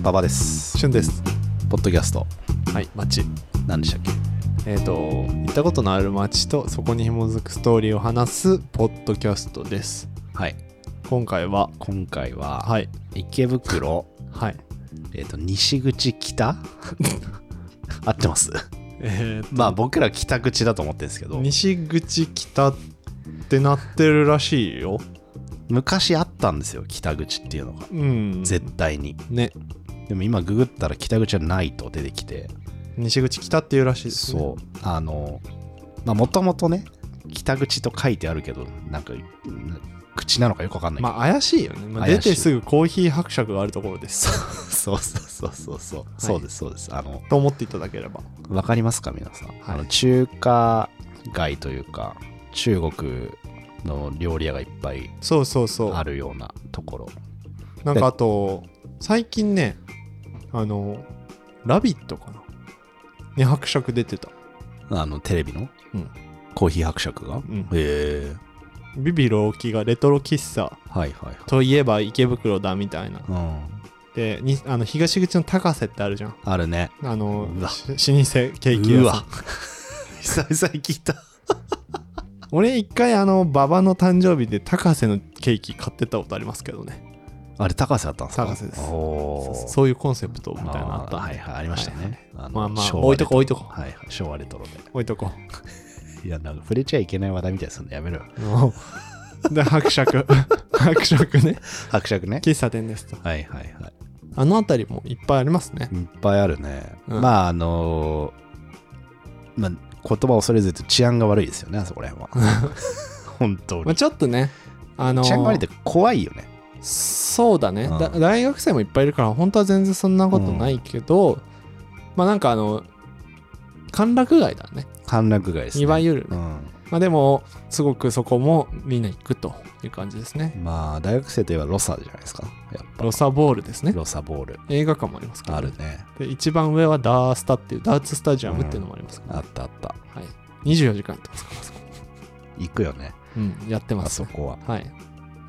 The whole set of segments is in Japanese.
馬場です旬ですポッドキャストはい街何でしたっけえっ、と行ったことのある街とそこに紐づくストーリーを話すポッドキャストですはい今回は今回は、はい池袋、はいえー、と西口北 合ってますえーと まあ僕ら北口だと思ってるんですけど西口北ってなってるらしいよ昔あったんですよ北口っていうのがうん絶対にねでも今ググったら北口はないと出てきて西口北っていうらしいです、ね、そうあのまあもともとね北口と書いてあるけどなんか口なのかよくわかんないけどまあ怪しいよね、まあ、出怪しいてすぐコーヒー伯爵があるところです そうそうそうそうそう、そうですそうですあのと思っていただければわかりますか皆さん、あのはい中華街というか中国の料理屋がいっぱいそうそうそうあるようなところなんかあと最近ねあの「ラビット!」かなに伯爵出てたあのテレビの、うんコーヒー伯爵が、んへえビビローキがレトロ喫茶はいはいといえば池袋だみたいなはい、でにあの東口の高瀬ってあるじゃんうん、あるねあのうわし老舗ケーキう屋さ わん久々に聞いた俺一回あの馬場の誕生日で高瀬のケーキ買ってったことありますけどねあれ高瀬だったんですか高瀬ですおそーうそういうコンセプトみたいなのあったんーはでいはいありましたね、はいあのまあまあ昭和置いとこレ置いとトこロはいはい昭和レトロで置いとこいやなんか触れちゃいけない話題みたいですんでやめろようもう で伯爵伯爵ね伯爵ね喫茶店ですとはいはいはいあの辺りもいっぱいありますねいっぱいあるね。うんまあ、あのーまあ、言葉を恐れず言うと治安が悪いですよね、あそこら辺は。 本当まあ、に。ちょっとねあのー治安が悪いって怖いよね。そうだね、うんだ大学生もいっぱいいるから本当は全然そんなことないけど、まあなんかあの歓楽街だね歓楽街です、ね。いわゆるね、うん、まあでもすごくそこもみんな行くという感じですねまあ、大学生といえばロサじゃないですか。やっぱロサボールですねロサボール。映画館もありますから、あるね、ね。で一番上はダースタっていうダーツスタジアムっていうのもありますから、あったあった。はい、24時間やってますからあそこ行くよね、うんやってまあすそこは。はい。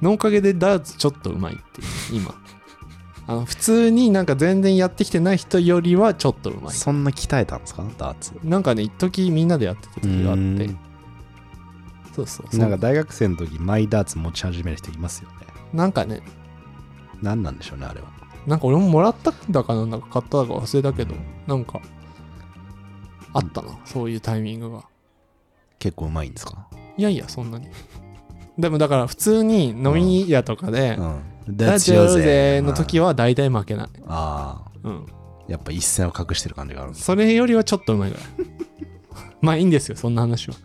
のおかげでダーツちょっとうまいっていう、今。あの普通になんか全然やってきてない人よりはちょっとうまい。そんな鍛えたんですか、ダーツ。なんかね、一時みんなでやってた時があっうてん、そうそうそうなんか大学生の時マイダーツ持ち始める人いますよね。なんかね、何なんでしょうね、あれは。なんか俺ももらったんだかなんだか買っただか忘れたけど、なんか、あったな、そういうタイミングが。結構うまいんですか。いやいや、そんなに。でもだから普通に飲み屋とかで、うん。ダチョウゼのは。時は大体負けない。ああ。うん。やっぱ一線を隠してる感じがあるんですそれよりはちょっとうまいぐら いまあいいんですよそんな話は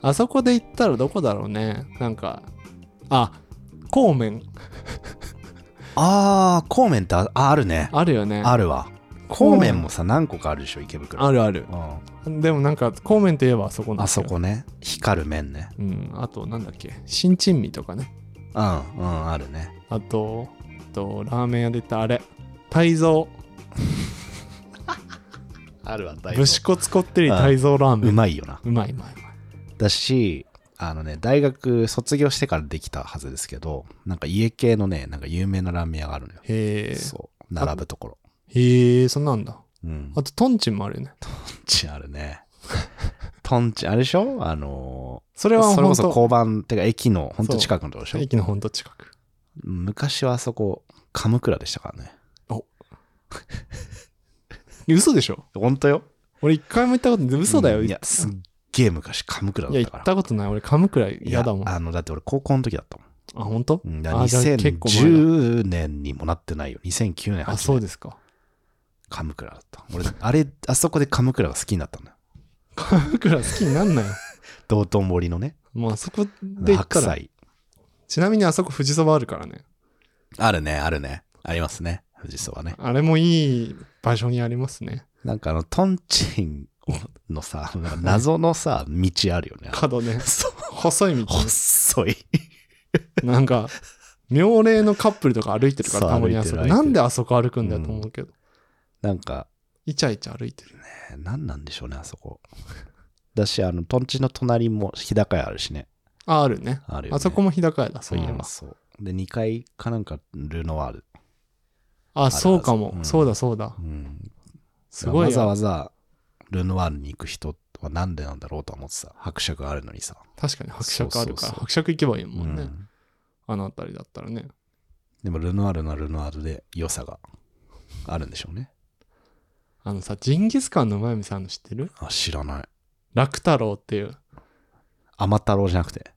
あそこで行ったらどこだろうねなんかあ孔麺ああ孔麺ってあああるねあるよねあるるわ孔麺もさ何個かあるでしょ池袋あるあるうんでもなんか孔麺といえばあそこなんあですそよこね光る麺ねうんあとなんだっけ新珍味とかねうんうんあるねあとあとラーメン屋で行ったあれ泰造あるわ大ぶしこつこってり泰造ラーメンうまいよなうまいうまいうまいだしあのね大学卒業してからできたはずですけどなんか家系のねなんか有名なラーメン屋があるのよへえそう並ぶところへえそんなんだうんあとトンチンもあるよねトンチあるねトンチあれでしょあのそれーはそれ本こそ当交番ってか駅のほんと近くのとこでしょ駅のほんと近く昔はあそこ鎌倉でしたからね嘘でしょ本当よ俺一回も行ったことない嘘だよ、うんいやすっげえ昔鎌倉いだやったか行っらたことない俺噛むくらいいや嫌だもんああのだって俺高校の時だったもん本当うんだからあじゃあ結構前だ2010年にもなってないよ2009年あ8そう年ですか鎌倉だった俺あれあそこで鎌倉が好きになったんだよ噛むくら好きになんなよ道頓堀のねもうあそこで行っ白たら菜ちなみにあそこ富士そばあるからねあるねあるねありますね富士そばねあれもいい場所にありま すねなんかあのトンチンのさなんか謎のさ道あるよね角ねそう細い道細いなんか妙齢のカップルとか歩いてるからそうたまにあ歩いてそる歩こいてるなんであそこ歩くんだよと思うけど、なんかイチャイチャ歩いてるえー何なんでしょうねあそこだしあのトンチの隣も日高屋あるしねああるねあるよねあそこも日高屋だそういえうんば、そうで2階かなんかルノワールあ、そうかも。うんそうだ、そうだ。うん、すごいわよざわざルノワールに行く人はなんでなんだろうとは思ってた伯爵があるのにさ、確かに伯爵あるそうそかうら。そう伯爵行けばいいもんね。うんあの辺りだったらね。でもルノワールのルノワールで良さがあるんでしょうねあのさ、ジンギスカンの前見さんの知ってるあ知らない楽太郎っていう。甘太郎じゃなくて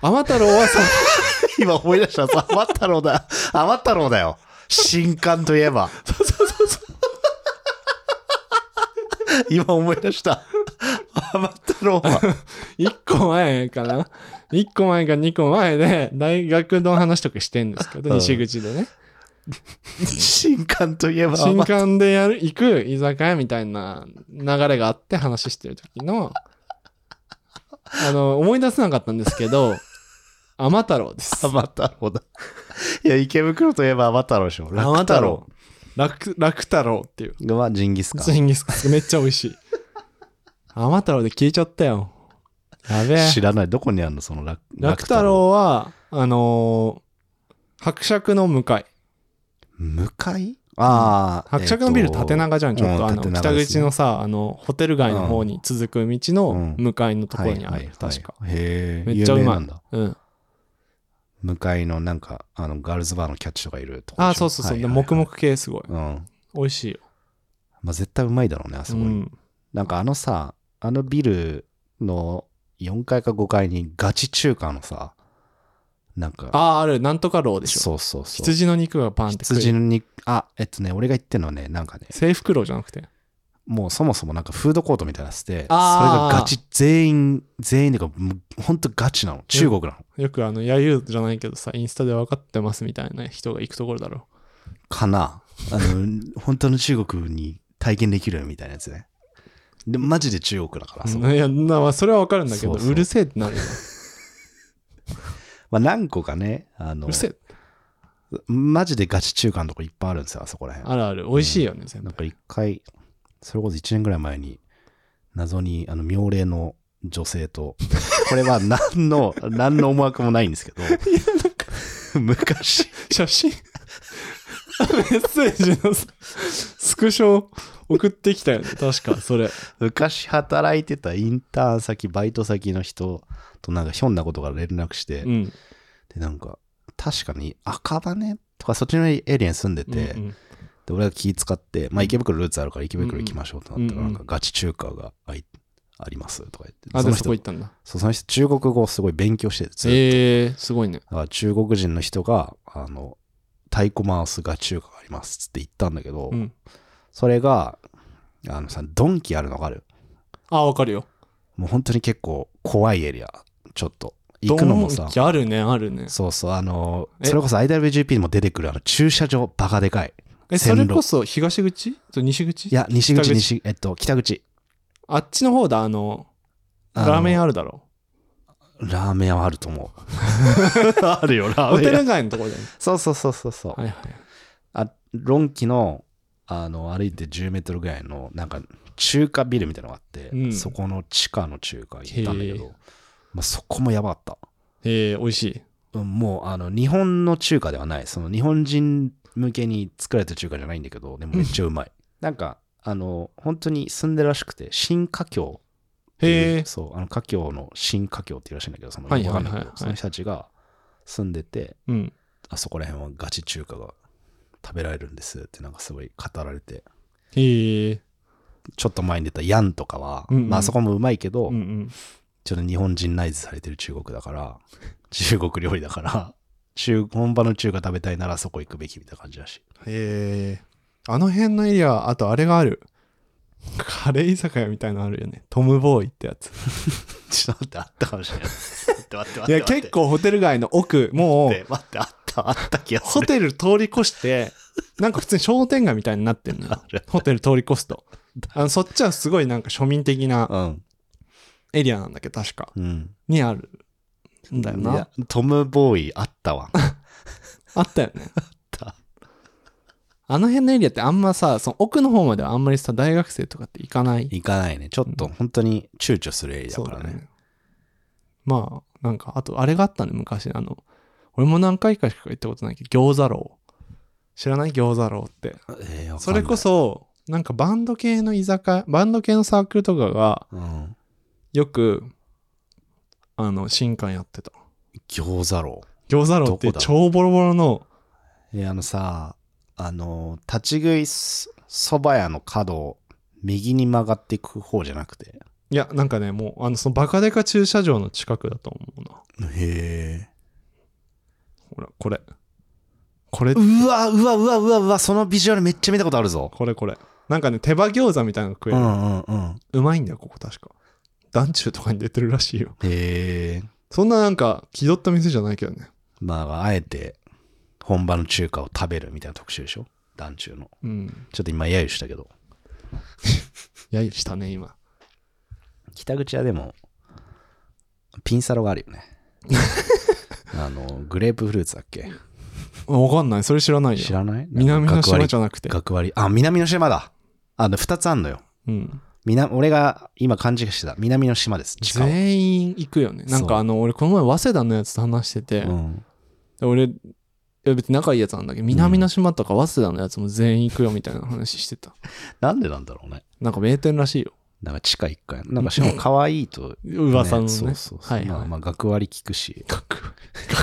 甘太郎はさ、 今思い出したぞ甘太郎だ甘太郎だよ新刊といえばそうそうそうそう今思い出した甘太郎は1個前かな ?1 個前か2個前で、大学の話とかしてんですけど、うん西口でね。新刊といえば新刊でやる、行く居酒屋みたいな流れがあって話してる時の、あの、思い出せなかったんですけど、甘太郎です。甘太郎だいや池袋といえば甘太郎でしょ楽甘太郎。楽、楽太郎っていう。はジンギスカンジンギスカンめっちゃ美味しい。甘太郎で聞いちゃったよ。やべえ。知らないどこにあるのその楽楽太郎は、あのー伯爵の向かい。向かいああ伯爵のビル縦長じゃん、ちょっと。あの、うん縦長北です口ねのさ、あの、ホテル街の方に続く道のうん向かいのところにある。確か。へえめっちゃうまい有名なんだうん。向かいのなんかあのガールズバーのキャッチとかいるとこあでしょー、そうそうそう。はいで、はいはい黙々系すごい。うん美味しいよ。まあ絶対うまいだろうねあそうこにん。なんかあのさあのビルの4階か5階にガチ中華のさなんかああ、ある。なんとかローでしょ。そうそうそう羊の肉がパンって食える。羊の肉あえっとね俺が言ってるのはねなんかね制服ローじゃなくて。もうそもそもなんかフードコートみたいなやつで、それあーがガチ、全員、全員でか、もうほんとガチなの。中国なの。よくあの、やゆうじゃないけどさ、インスタで分かってますみたいな人が行くところだろかな。あの、 本当の中国に体験できるみたいなやつね。で、マジで中国だから、う。そういや、なそれは分かるんだけど、そうそううるせえってな るよ。まあ何個かね、あのうる、せえ。マジでガチ中華のとこいっぱいあるんですよ、あそこら辺。あるある。美味しいよね、全なん部。か一回、それこそ1年ぐらい前に、謎に、あの、妙齢の女性 と、これは何の、何の思惑もないんですけ ど、 昔、写真 メッセージのさスクショ送ってきたよね。確か、それ。昔働いてたインターン先バイト先の人となんかひょんなことから連絡して、うん。でなんか確かに赤羽とかそっちのエリアに住んでて、うんうんで俺が気使って、まあ、池袋ルーツあるから池袋行きましょうってなったら、うんうんなんかガチ中華があいありますとか言ってあ、そでのそ人こ行ったんだ。そうその人中国語をすごい勉強しててずっとえー、すごいね。だから中国人の人があの太鼓回すガチ中華がありますっつって言ったんだけど、うん。それがあのさドンキあるのがあるあ、わかるよ。もう本当に結構怖いエリア、ちょっと。行ドくのンもさ、キあるね、あるね。そうそう、あの、えそれこそ IWGP にも出てくるあの駐車場バカでかい。え、そ線れ路こそ東口と西口いや、西北口、口西、えっと、北口。あっちの方だ、あの、あのラーメンあるだろ。ラーメン屋はあると思う。 あるよ、ラホーメテン屋ル。街のところだよね。そうそうそうそうそう。はいはい。あ、論記の、あの、歩いて10メートルぐらいの、なんか、中華ビルみたいなのがあって、うんそこの地下の中華行ったんだけへど、まあ、そこもやばかった。えー、美味しい。うんもうあの日本の中華ではないその日本人向けに作られた中華じゃないんだけどでもめっちゃうまい、なんかあの本当に住んでるらしくて新華僑っていうへえ。そうあの華僑の新華僑っていうらしいんだけどそのはいはいはいわかんなけどはいその人たちが住んでてうん。あそこら辺はガチ中華が食べられるんですってなんかすごい語られてへえ。ちょっと前に出たヤンとかは、うんうんまああそこもうまいけど、うんうん。ちょっと日本人ナイズされてる中国だから、 中国料理だから、中本場の中華食べたいならそこ行くべきみたいな感じだし。へえ。あの辺のエリア、あとあれがある。カレー居酒屋みたいのあるよね。トムボーイってやつ。ちょっと待って、あったかもしれない。待って待って待いって。や、結。構ホテル街の奥、も待っう、て、待って、あった、あった気がすホる。テル通り越して、なんか普通に商店街みたいになってんのよある。ホテル通り越すと。あのそっちはすごいなんか庶民的なうん。エリアなんだけど、確か。うん。にあるんだよいなや。。トムボーイあったわ。あっあったよね。た。あの辺のエリアってあんまさ、その奥の方まではあんまりさ、大学生とかって行かない。行かないね。ちょっと本当に躊躇するエリアだそうかだらね。ね。まあ、なんか、あと、あれがあったね、昔。あの、俺も何回かしか行ったことないけど、餃子楼。知らない餃子郎っえーて。わかんないそれこそ、なんかバンド系の居酒屋、バンド系のサークルとかが、うんよく、あの、新刊やってた。餃子楼餃子郎ってどこいうだ超ボロボロの、えーあのさあの立ち食いそそば屋の角を右に曲がっていく方じゃなくていや、なんかね、もう、あの、そのバカデカ駐車場の近くだと思うへな。えほら、これ。これ、うわうわうわうわうわそのビジュアルめっちゃ見たことあるぞこれこれ。なんかね、手羽餃子みたいなの食えうる。んうんうんうまいんだよ、ここ確か。団中とかに出てるらしいよ。へえそんななんか、気取った店じゃないけどね。まああえて本場の中華を食べるみたいな特集でしょ団中のうん。ちょっと今揶揄したけどやゆしたね、今。北口はでもピンサロがあるよ ねあのグレープフルーツだっけわかんない、それ知らないよ知。らない南の島じゃゃなくて。学割あ南の島だあの2つあんのようん。南俺が今勘違いしてた南の島です地下は全員行くよね。なんそうかあの、俺この前、早稲田のやつと話してて、うんで俺、いや別に仲いいやつなんだけど、南の島とか早稲田のやつも全員行くよみたいな話してた。なんでなんだろうねなんか名店らしいよ。なんか地下1階なんかしかも可愛いと、ね、噂のね。そうそうそうはいまあはい。まあ学割聞くし学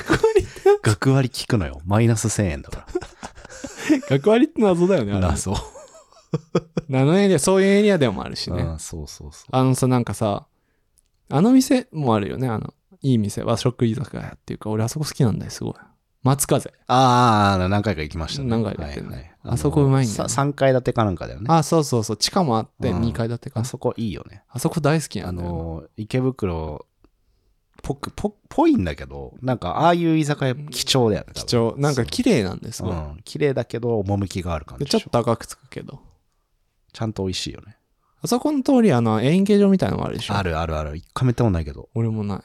割学割聞くのよマイナス1000円だか学割って謎 だよね、らあれ。謎、 7エリア、そういうエリアでもあるしね。あそうそうそうあのさ、なんかさ、あの店もあるよね、あの、いい店、和食居酒屋っていうか、俺あそこ好きなんだよ、すごい。松風。ああ何回か行きましたね何回か行ってんのはいはいあそこうまいんだよね3階建てかなんかだよねあ、そうそうそう、地下もあって、うん2階建てかあな。そこいいよねあそこ大好きなあんだよな。の池袋ぽくぽぽいんだけどなんかああいう居酒屋貴重だよね多分貴重。なんか綺麗なんですごい。うん、綺麗だけど趣がある感じででちしょょっと高くつくけど。ちゃんと美味しいよねあそこの通り、あの、演芸場みたいなのもあるでしょ。あるあるある一回も行ったことないけど俺もない。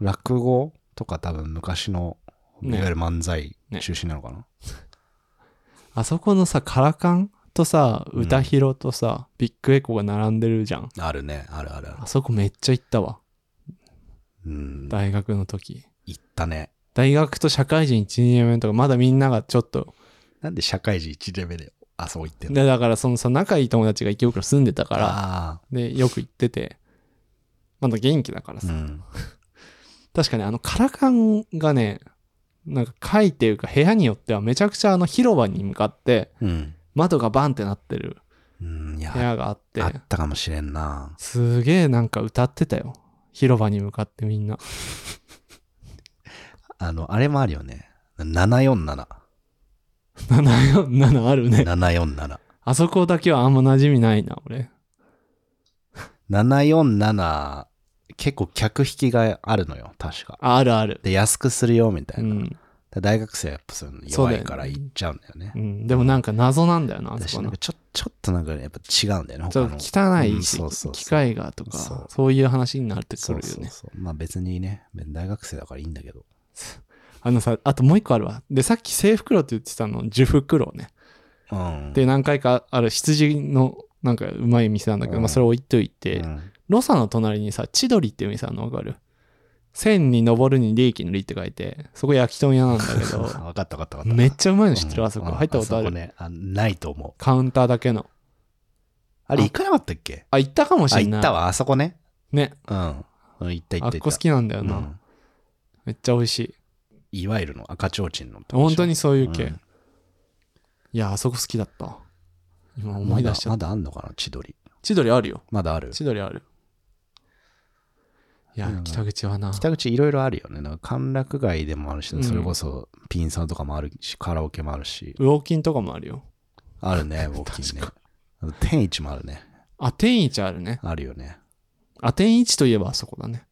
落語とか多分昔のいわねゆる漫才ね中心なのかな、あそこのさ、カラカンとさ、うん歌広とさ、ビッグエコーが並んでるじゃん。あるねあるあるあるあそこめっちゃ行ったわ。うん大学の時。行ったね大学と社会人1、2年目とか、まだみんながちょっと、なんで社会人1レベルであそこ行ってんので、だからそのさ、仲いい友達が池袋住んでたから、あで、よく行ってて、まだ元気だからあうさ。ん確かにあの、カラカンがね、なんか階っていうか部屋によってはめちゃくちゃあの広場に向かってうん、窓がバンってなってるうん、い部や屋があってあったかもしれんなすげえなんか歌ってたよ広場に向かってみんな あのあれもあるよね747 747あるね747あそこだけはあんま馴染みないな俺747結構客引きがあるのよ確かああるあるで安くするよみたういな、ん、で大学生はやっぱそういうのそう弱だよいねから行っちゃうんだよねうん、でもなんか謎なんだよなあ私そこなんなかちょちょっとなんかねやっぱ違うんだよねちょ他っとの汚いし、うんそうそうそう機械がとかそそうういう話になってくるよねそうそうそうまあ別にね大学生だからいいんだけどあのさあともう一個あるわでさっき制服ロって言ってたの受服ロねうんで何回かある羊のなんかうまい店なんだけど、まあ、それ置いといて、うんロサの隣にさ、千鳥っていう店あるのわかる線に登るに利益の利って書いて、そこ焼き豚屋なんだけ あど、分かった分かった分かっためっちゃうまいの知ってうるんあそこ。うん入ったことあそこる。ねあないと思うカウンターだけの。あれ行かなかったっけあ、行ったかもしあれ行ない。った。わあそこねね。うんうん行った行あっ行っったたこ好きなんだよな。うんめっちゃ美味しい。いわゆるの赤ちょうちんの本当にそういう系。系いや、あそこ好きだった。今思まいだ出しちゃまった。だあんのかな千鳥千鳥あるよ。まだある千鳥ある。いやう、ん北口はな。北口いろいろあるよねなんか歓楽街でもあるしうんそれこそピンサーとかもあるしカラオケもあるしウォーキンとかもあるよ。あるね、大きいね 確。あと天一もあるね。あ、天一あるね。あるよね。あ、天一といえばあそこだね。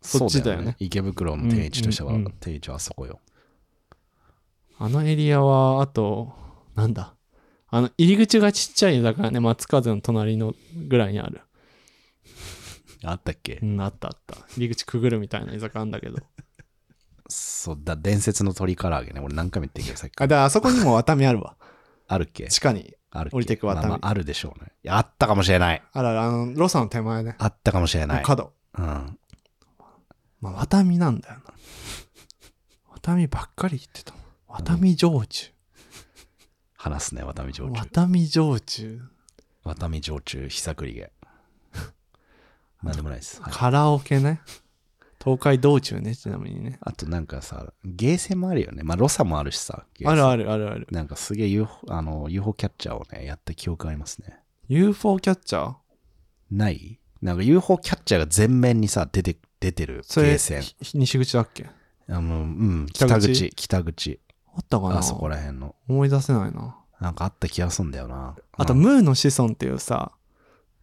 そっちだよねそう池袋の天一としては、うんうんうん天一はあそこよ。あのエリアは、あと、なんだ。あの、入り口がちっちゃい、だからね、松風の隣のぐらいにある。あったっけうん、あったあった。入り口くぐるみたいな居酒屋なんだけど。そうだ、伝説の鶏唐揚げね。俺何回も言ってるけど、さっきあ、だからあそこにもワタミあるわ。あるっけ 地下に。あるっけ降りてくわまあ多分まあ、あるでしょうね。いやあったかもしれない。あらら、あの、ロサの手前ね。あったかもしれない。角。うん。まあ、ワタミなんだよな。ワタミばっかり言ってた。ワタミ焼酎。話すね、ワタミ焼酎。渡美焼酎。ワタミ焼酎、ひさくり げ。なんでもないです。はいカラオケね。東海道中ね、ちなみにね。あとなんかさ、ゲーセンもあるよね。まあ、ロサもあるしさ。ゲーセンあるあるあるある。なんかすげえ UFO, あの UFO キャッチャーをね、やった記憶ありますね。 UFO キャッチャーないなんか UFO キャッチャーが全面にさ、出て、出てるそゲーれセン。、ひ西口だっけああの、うん、北北口口、北口。ったかなあそこら辺の。思い出せないな。なんかあった気がすんだよな。あと、うんムーの子孫っていうさ、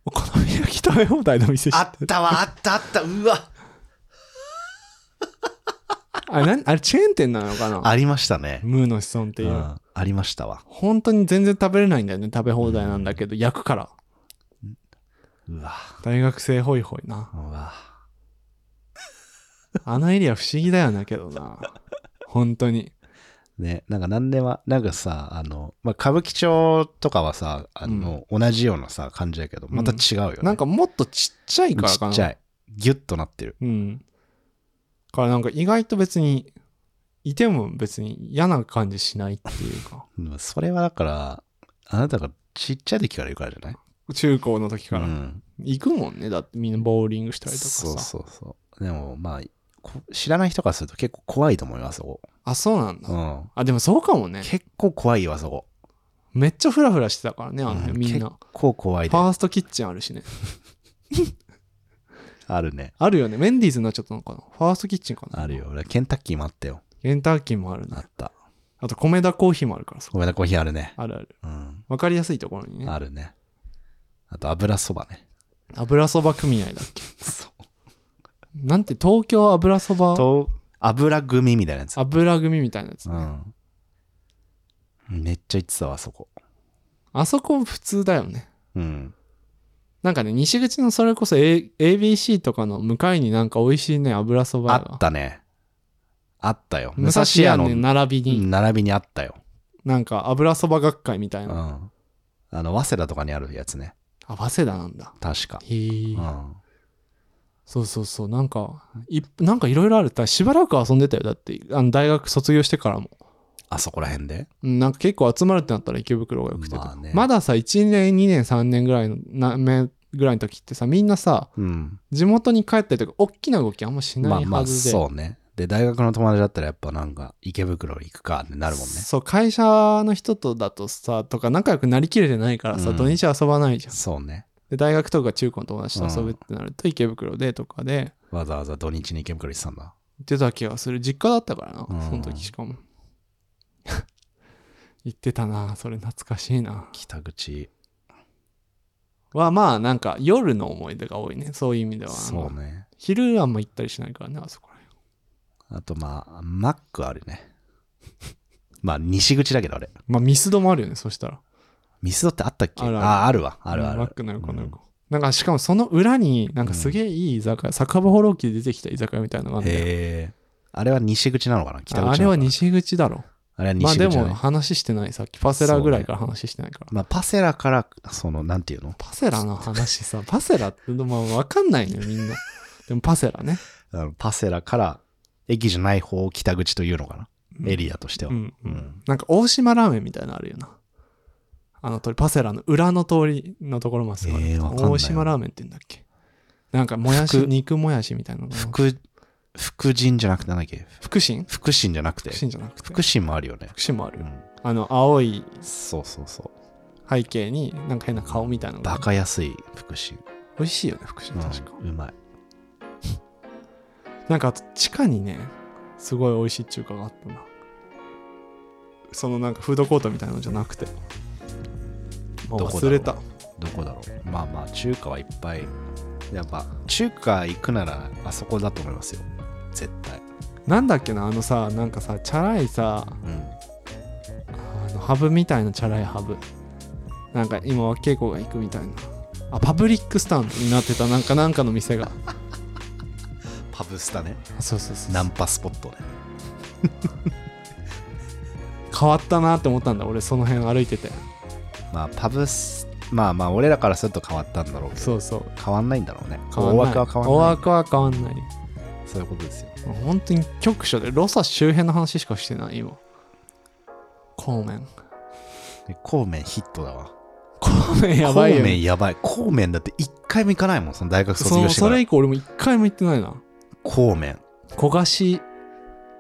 お好み焼き食べ放題の店知あってっる。たわ、あったあった、うわ。あれ、なんあれチェーン店なのかなありましたね。ムーの子孫っていうう。ん、ありましたわ。本当に全然食べれないんだよね。食べ放題なんだけど、焼くから。うわ、大学生ホイホイな。うわ。あのエリア不思議だよなけ どな。本当に。ね、なんか何でも、なんかさ、あの、まあ、歌舞伎町とかはさ、あの、同じようなさ、感じだけど、また違うよね。なんかもっとちっちゃいからかちな。っちゃい。ギュッとなってる。うん。からなんか意外と別に、いても別に嫌な感じしないっていう か。うんそれはだから、あなたがちっちゃい時から言うからじゃない中高の時から。うん。行くもんね。だってみんなボーリングしたりとかさ。そうそうそう。でも、まあ、こ知らない人からすると結構怖いと思います、あそこ。あ、そうなんだ。うん。あ、でもそうかもね。結構怖いよ、あそこ。めっちゃフラフラしてたからね、あのう辺んみんな。フ結構怖いで。ァーストキッチンあるしね。あるね。あるよね。メンディーズになっちゃったのかな。ファーストキッチンかな。あるよ。。俺、ケンタッキーもあったよ。ケンタッキーもあるあねっ。た。あと、米田コーヒーもあるから、そこ。ごめんな、コーヒーあるね。あるある。うん。わかりやすいところにね。あるね。あと、油そばね。 油そば組合だっけ。なんて、東京油そば、と、油組みたいなやつ。油組みたいなやつう。ん。めっちゃ行ってたわ、あそこ。あそこ普通だよね。うん。なんかね、西口のそれこそ、A、ABC とかの向かいになんか美味しいね、油そばあ屋っが。たね。あったよ。武蔵屋の武蔵並び屋のに、並びにあったよ。なんか油そば学会みたういん。な。あの、早稲田とかにあるやつね。あ、早稲田なんだ。確か。へえう。ん。そうそうそう。なんか、いなんかいろいろある。だからしばらく遊んでたよ。だって、あの大学卒業してからも。あそこら辺で。うんなんか結構集まるってなったら池袋がよくて、まあねまださ1年2年3年ぐらいのなめぐらいの時ってさみんなさうん。地元に帰ったりとか大きな動きあんましまなあいまはあ、ずで、そうね。で、大学の友達だったらやっぱなんか、池袋行くかってなるもんね。そう会社の人とだとさとか仲良くなりきれてないからさ、うん土日遊ばないじゃんそうね。で大学とか中高の友達と遊ぶってなると池袋でとかでわざわざ土日に池袋行ってたんだ。行ってた気がする実家だったからな、うんその時しかも 行ってたなそれ懐かしいな北口。はまあなんか夜の思い出が多いねそういう意味ではそうね。昼あんま行ったりしないからねあそこら辺あとまあ、マックあるね。 まあ、西口だけどあれ。まあミスドもあるよねそしたらミスドってあったっけあるあるああるわ。あるあうんる。マックの横のう横、なんかしかもその裏になんかすげえいい居酒屋、酒場放浪記で出てきた居酒屋みたいなのがあんるんだへよえ。あれは西口なのかな北口なのかあなあれは西口だろあれはまあ西で口じゃないも話してないさっきパセラぐらいから話してないから、まあ、パセラから、その、なんていうのパセラの話さ パセラってまあ分かんないねみんなでもパセラねあのパセラから、駅じゃない方を北口というのかうんなエリアとしてはう。ん、ううんん、なんか大島ラーメンみたいなのあるよなあの通りパセラの裏の通りのところまっすぐある、えーわかんない大島ラーメンって言うんだっけなんかもやし福肉もやしみたいなのが福、福神じゃなくて、なんだっけ福神福神じゃなくて福。神じゃなくて福神もあるよね。福神もあるうよん。あの青いそうそうそう。背景になんか変な顔みたいなのがバカ安い福神。美味しいよね福神確か、うんうまい。なんかあと地下にねすごい美味しい中華があったなそのなんかフードコートみたいなのじゃなくてもうどこだろう忘れたどこだろう。まあまあ、中華はいっぱい。やっぱ、中華行くなら、あそこだと思いますよ。絶対。なんだっけなあのさなんかさチャラいさうん。あのハブみたいなチャラいハブなんか今若い子が行くみたいなあパブリックスタンドになってたなんかなんかの店がパブスタね。あそうそうそうナンパスポットね。変わったなって思ったんだ俺その辺歩いててまあ、パブス、まあまあ、俺らからすると変わったんだろうけど、そうそう変わんないんだろうね。変わん大ない枠は変わ大んない。枠は変わんないそういうことですよ。本当に局所でロサ周辺の話しかしてない今孔面で孔麺ヒットだわ。そうめんやばい孔よね。麺やばい。孔麺だって一回も行かないもん、その大学卒そ業うしてかそれら。以降俺も一回も行ってないな。孔麺。焦がし、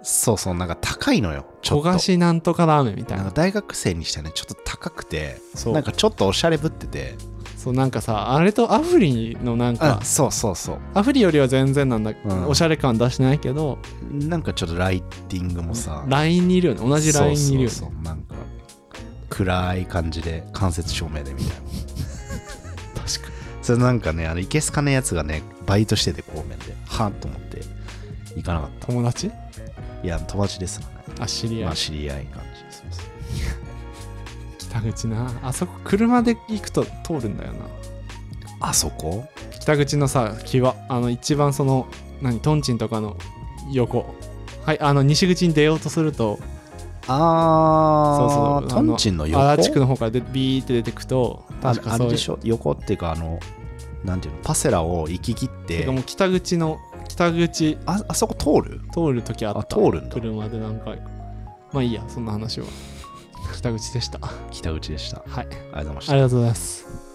そうそう、なんか高いのよ。ちょ焦っとが。しなんとかラーメンみたいなんかな。大学生にしてはね、ちょっと高くて、そうなんかちょっとおしゃれぶってて、そうなんかさ、あれとアフリのなんあか、そうそうそう。アフリよりは全然なんだ、んおしゃれ感出してないけど、なんかちょっとライティングもさ、ラインにいるよね。同じラインにいるよね。そうそうそうなんか暗い感じで間接照明でみた いな確かそれなんかねあのいけすかねえやつがねバイトしてて公面ではあと思って行かなかっに。友達たいや友達ですもんねあ、知り合い。まあ知り合い感じですね北口な。あそこ車で行くと通るんだよな。あそこ北口のさ際あの一番その何トンチンとかの横はいあの西口に出ようとするとそうあーそうトンチンの横あ足立区の方からでビーって出てくとあ確かあそれういでうしょ横っていうかあのなんていうのパセラを行き切っててかもう北口の北口ああそこ通る通る時あったあ通るんだ車で何回かまあいいやそんな話は北口でしたは北口でしたあいあ りがりとうございましたがとうございます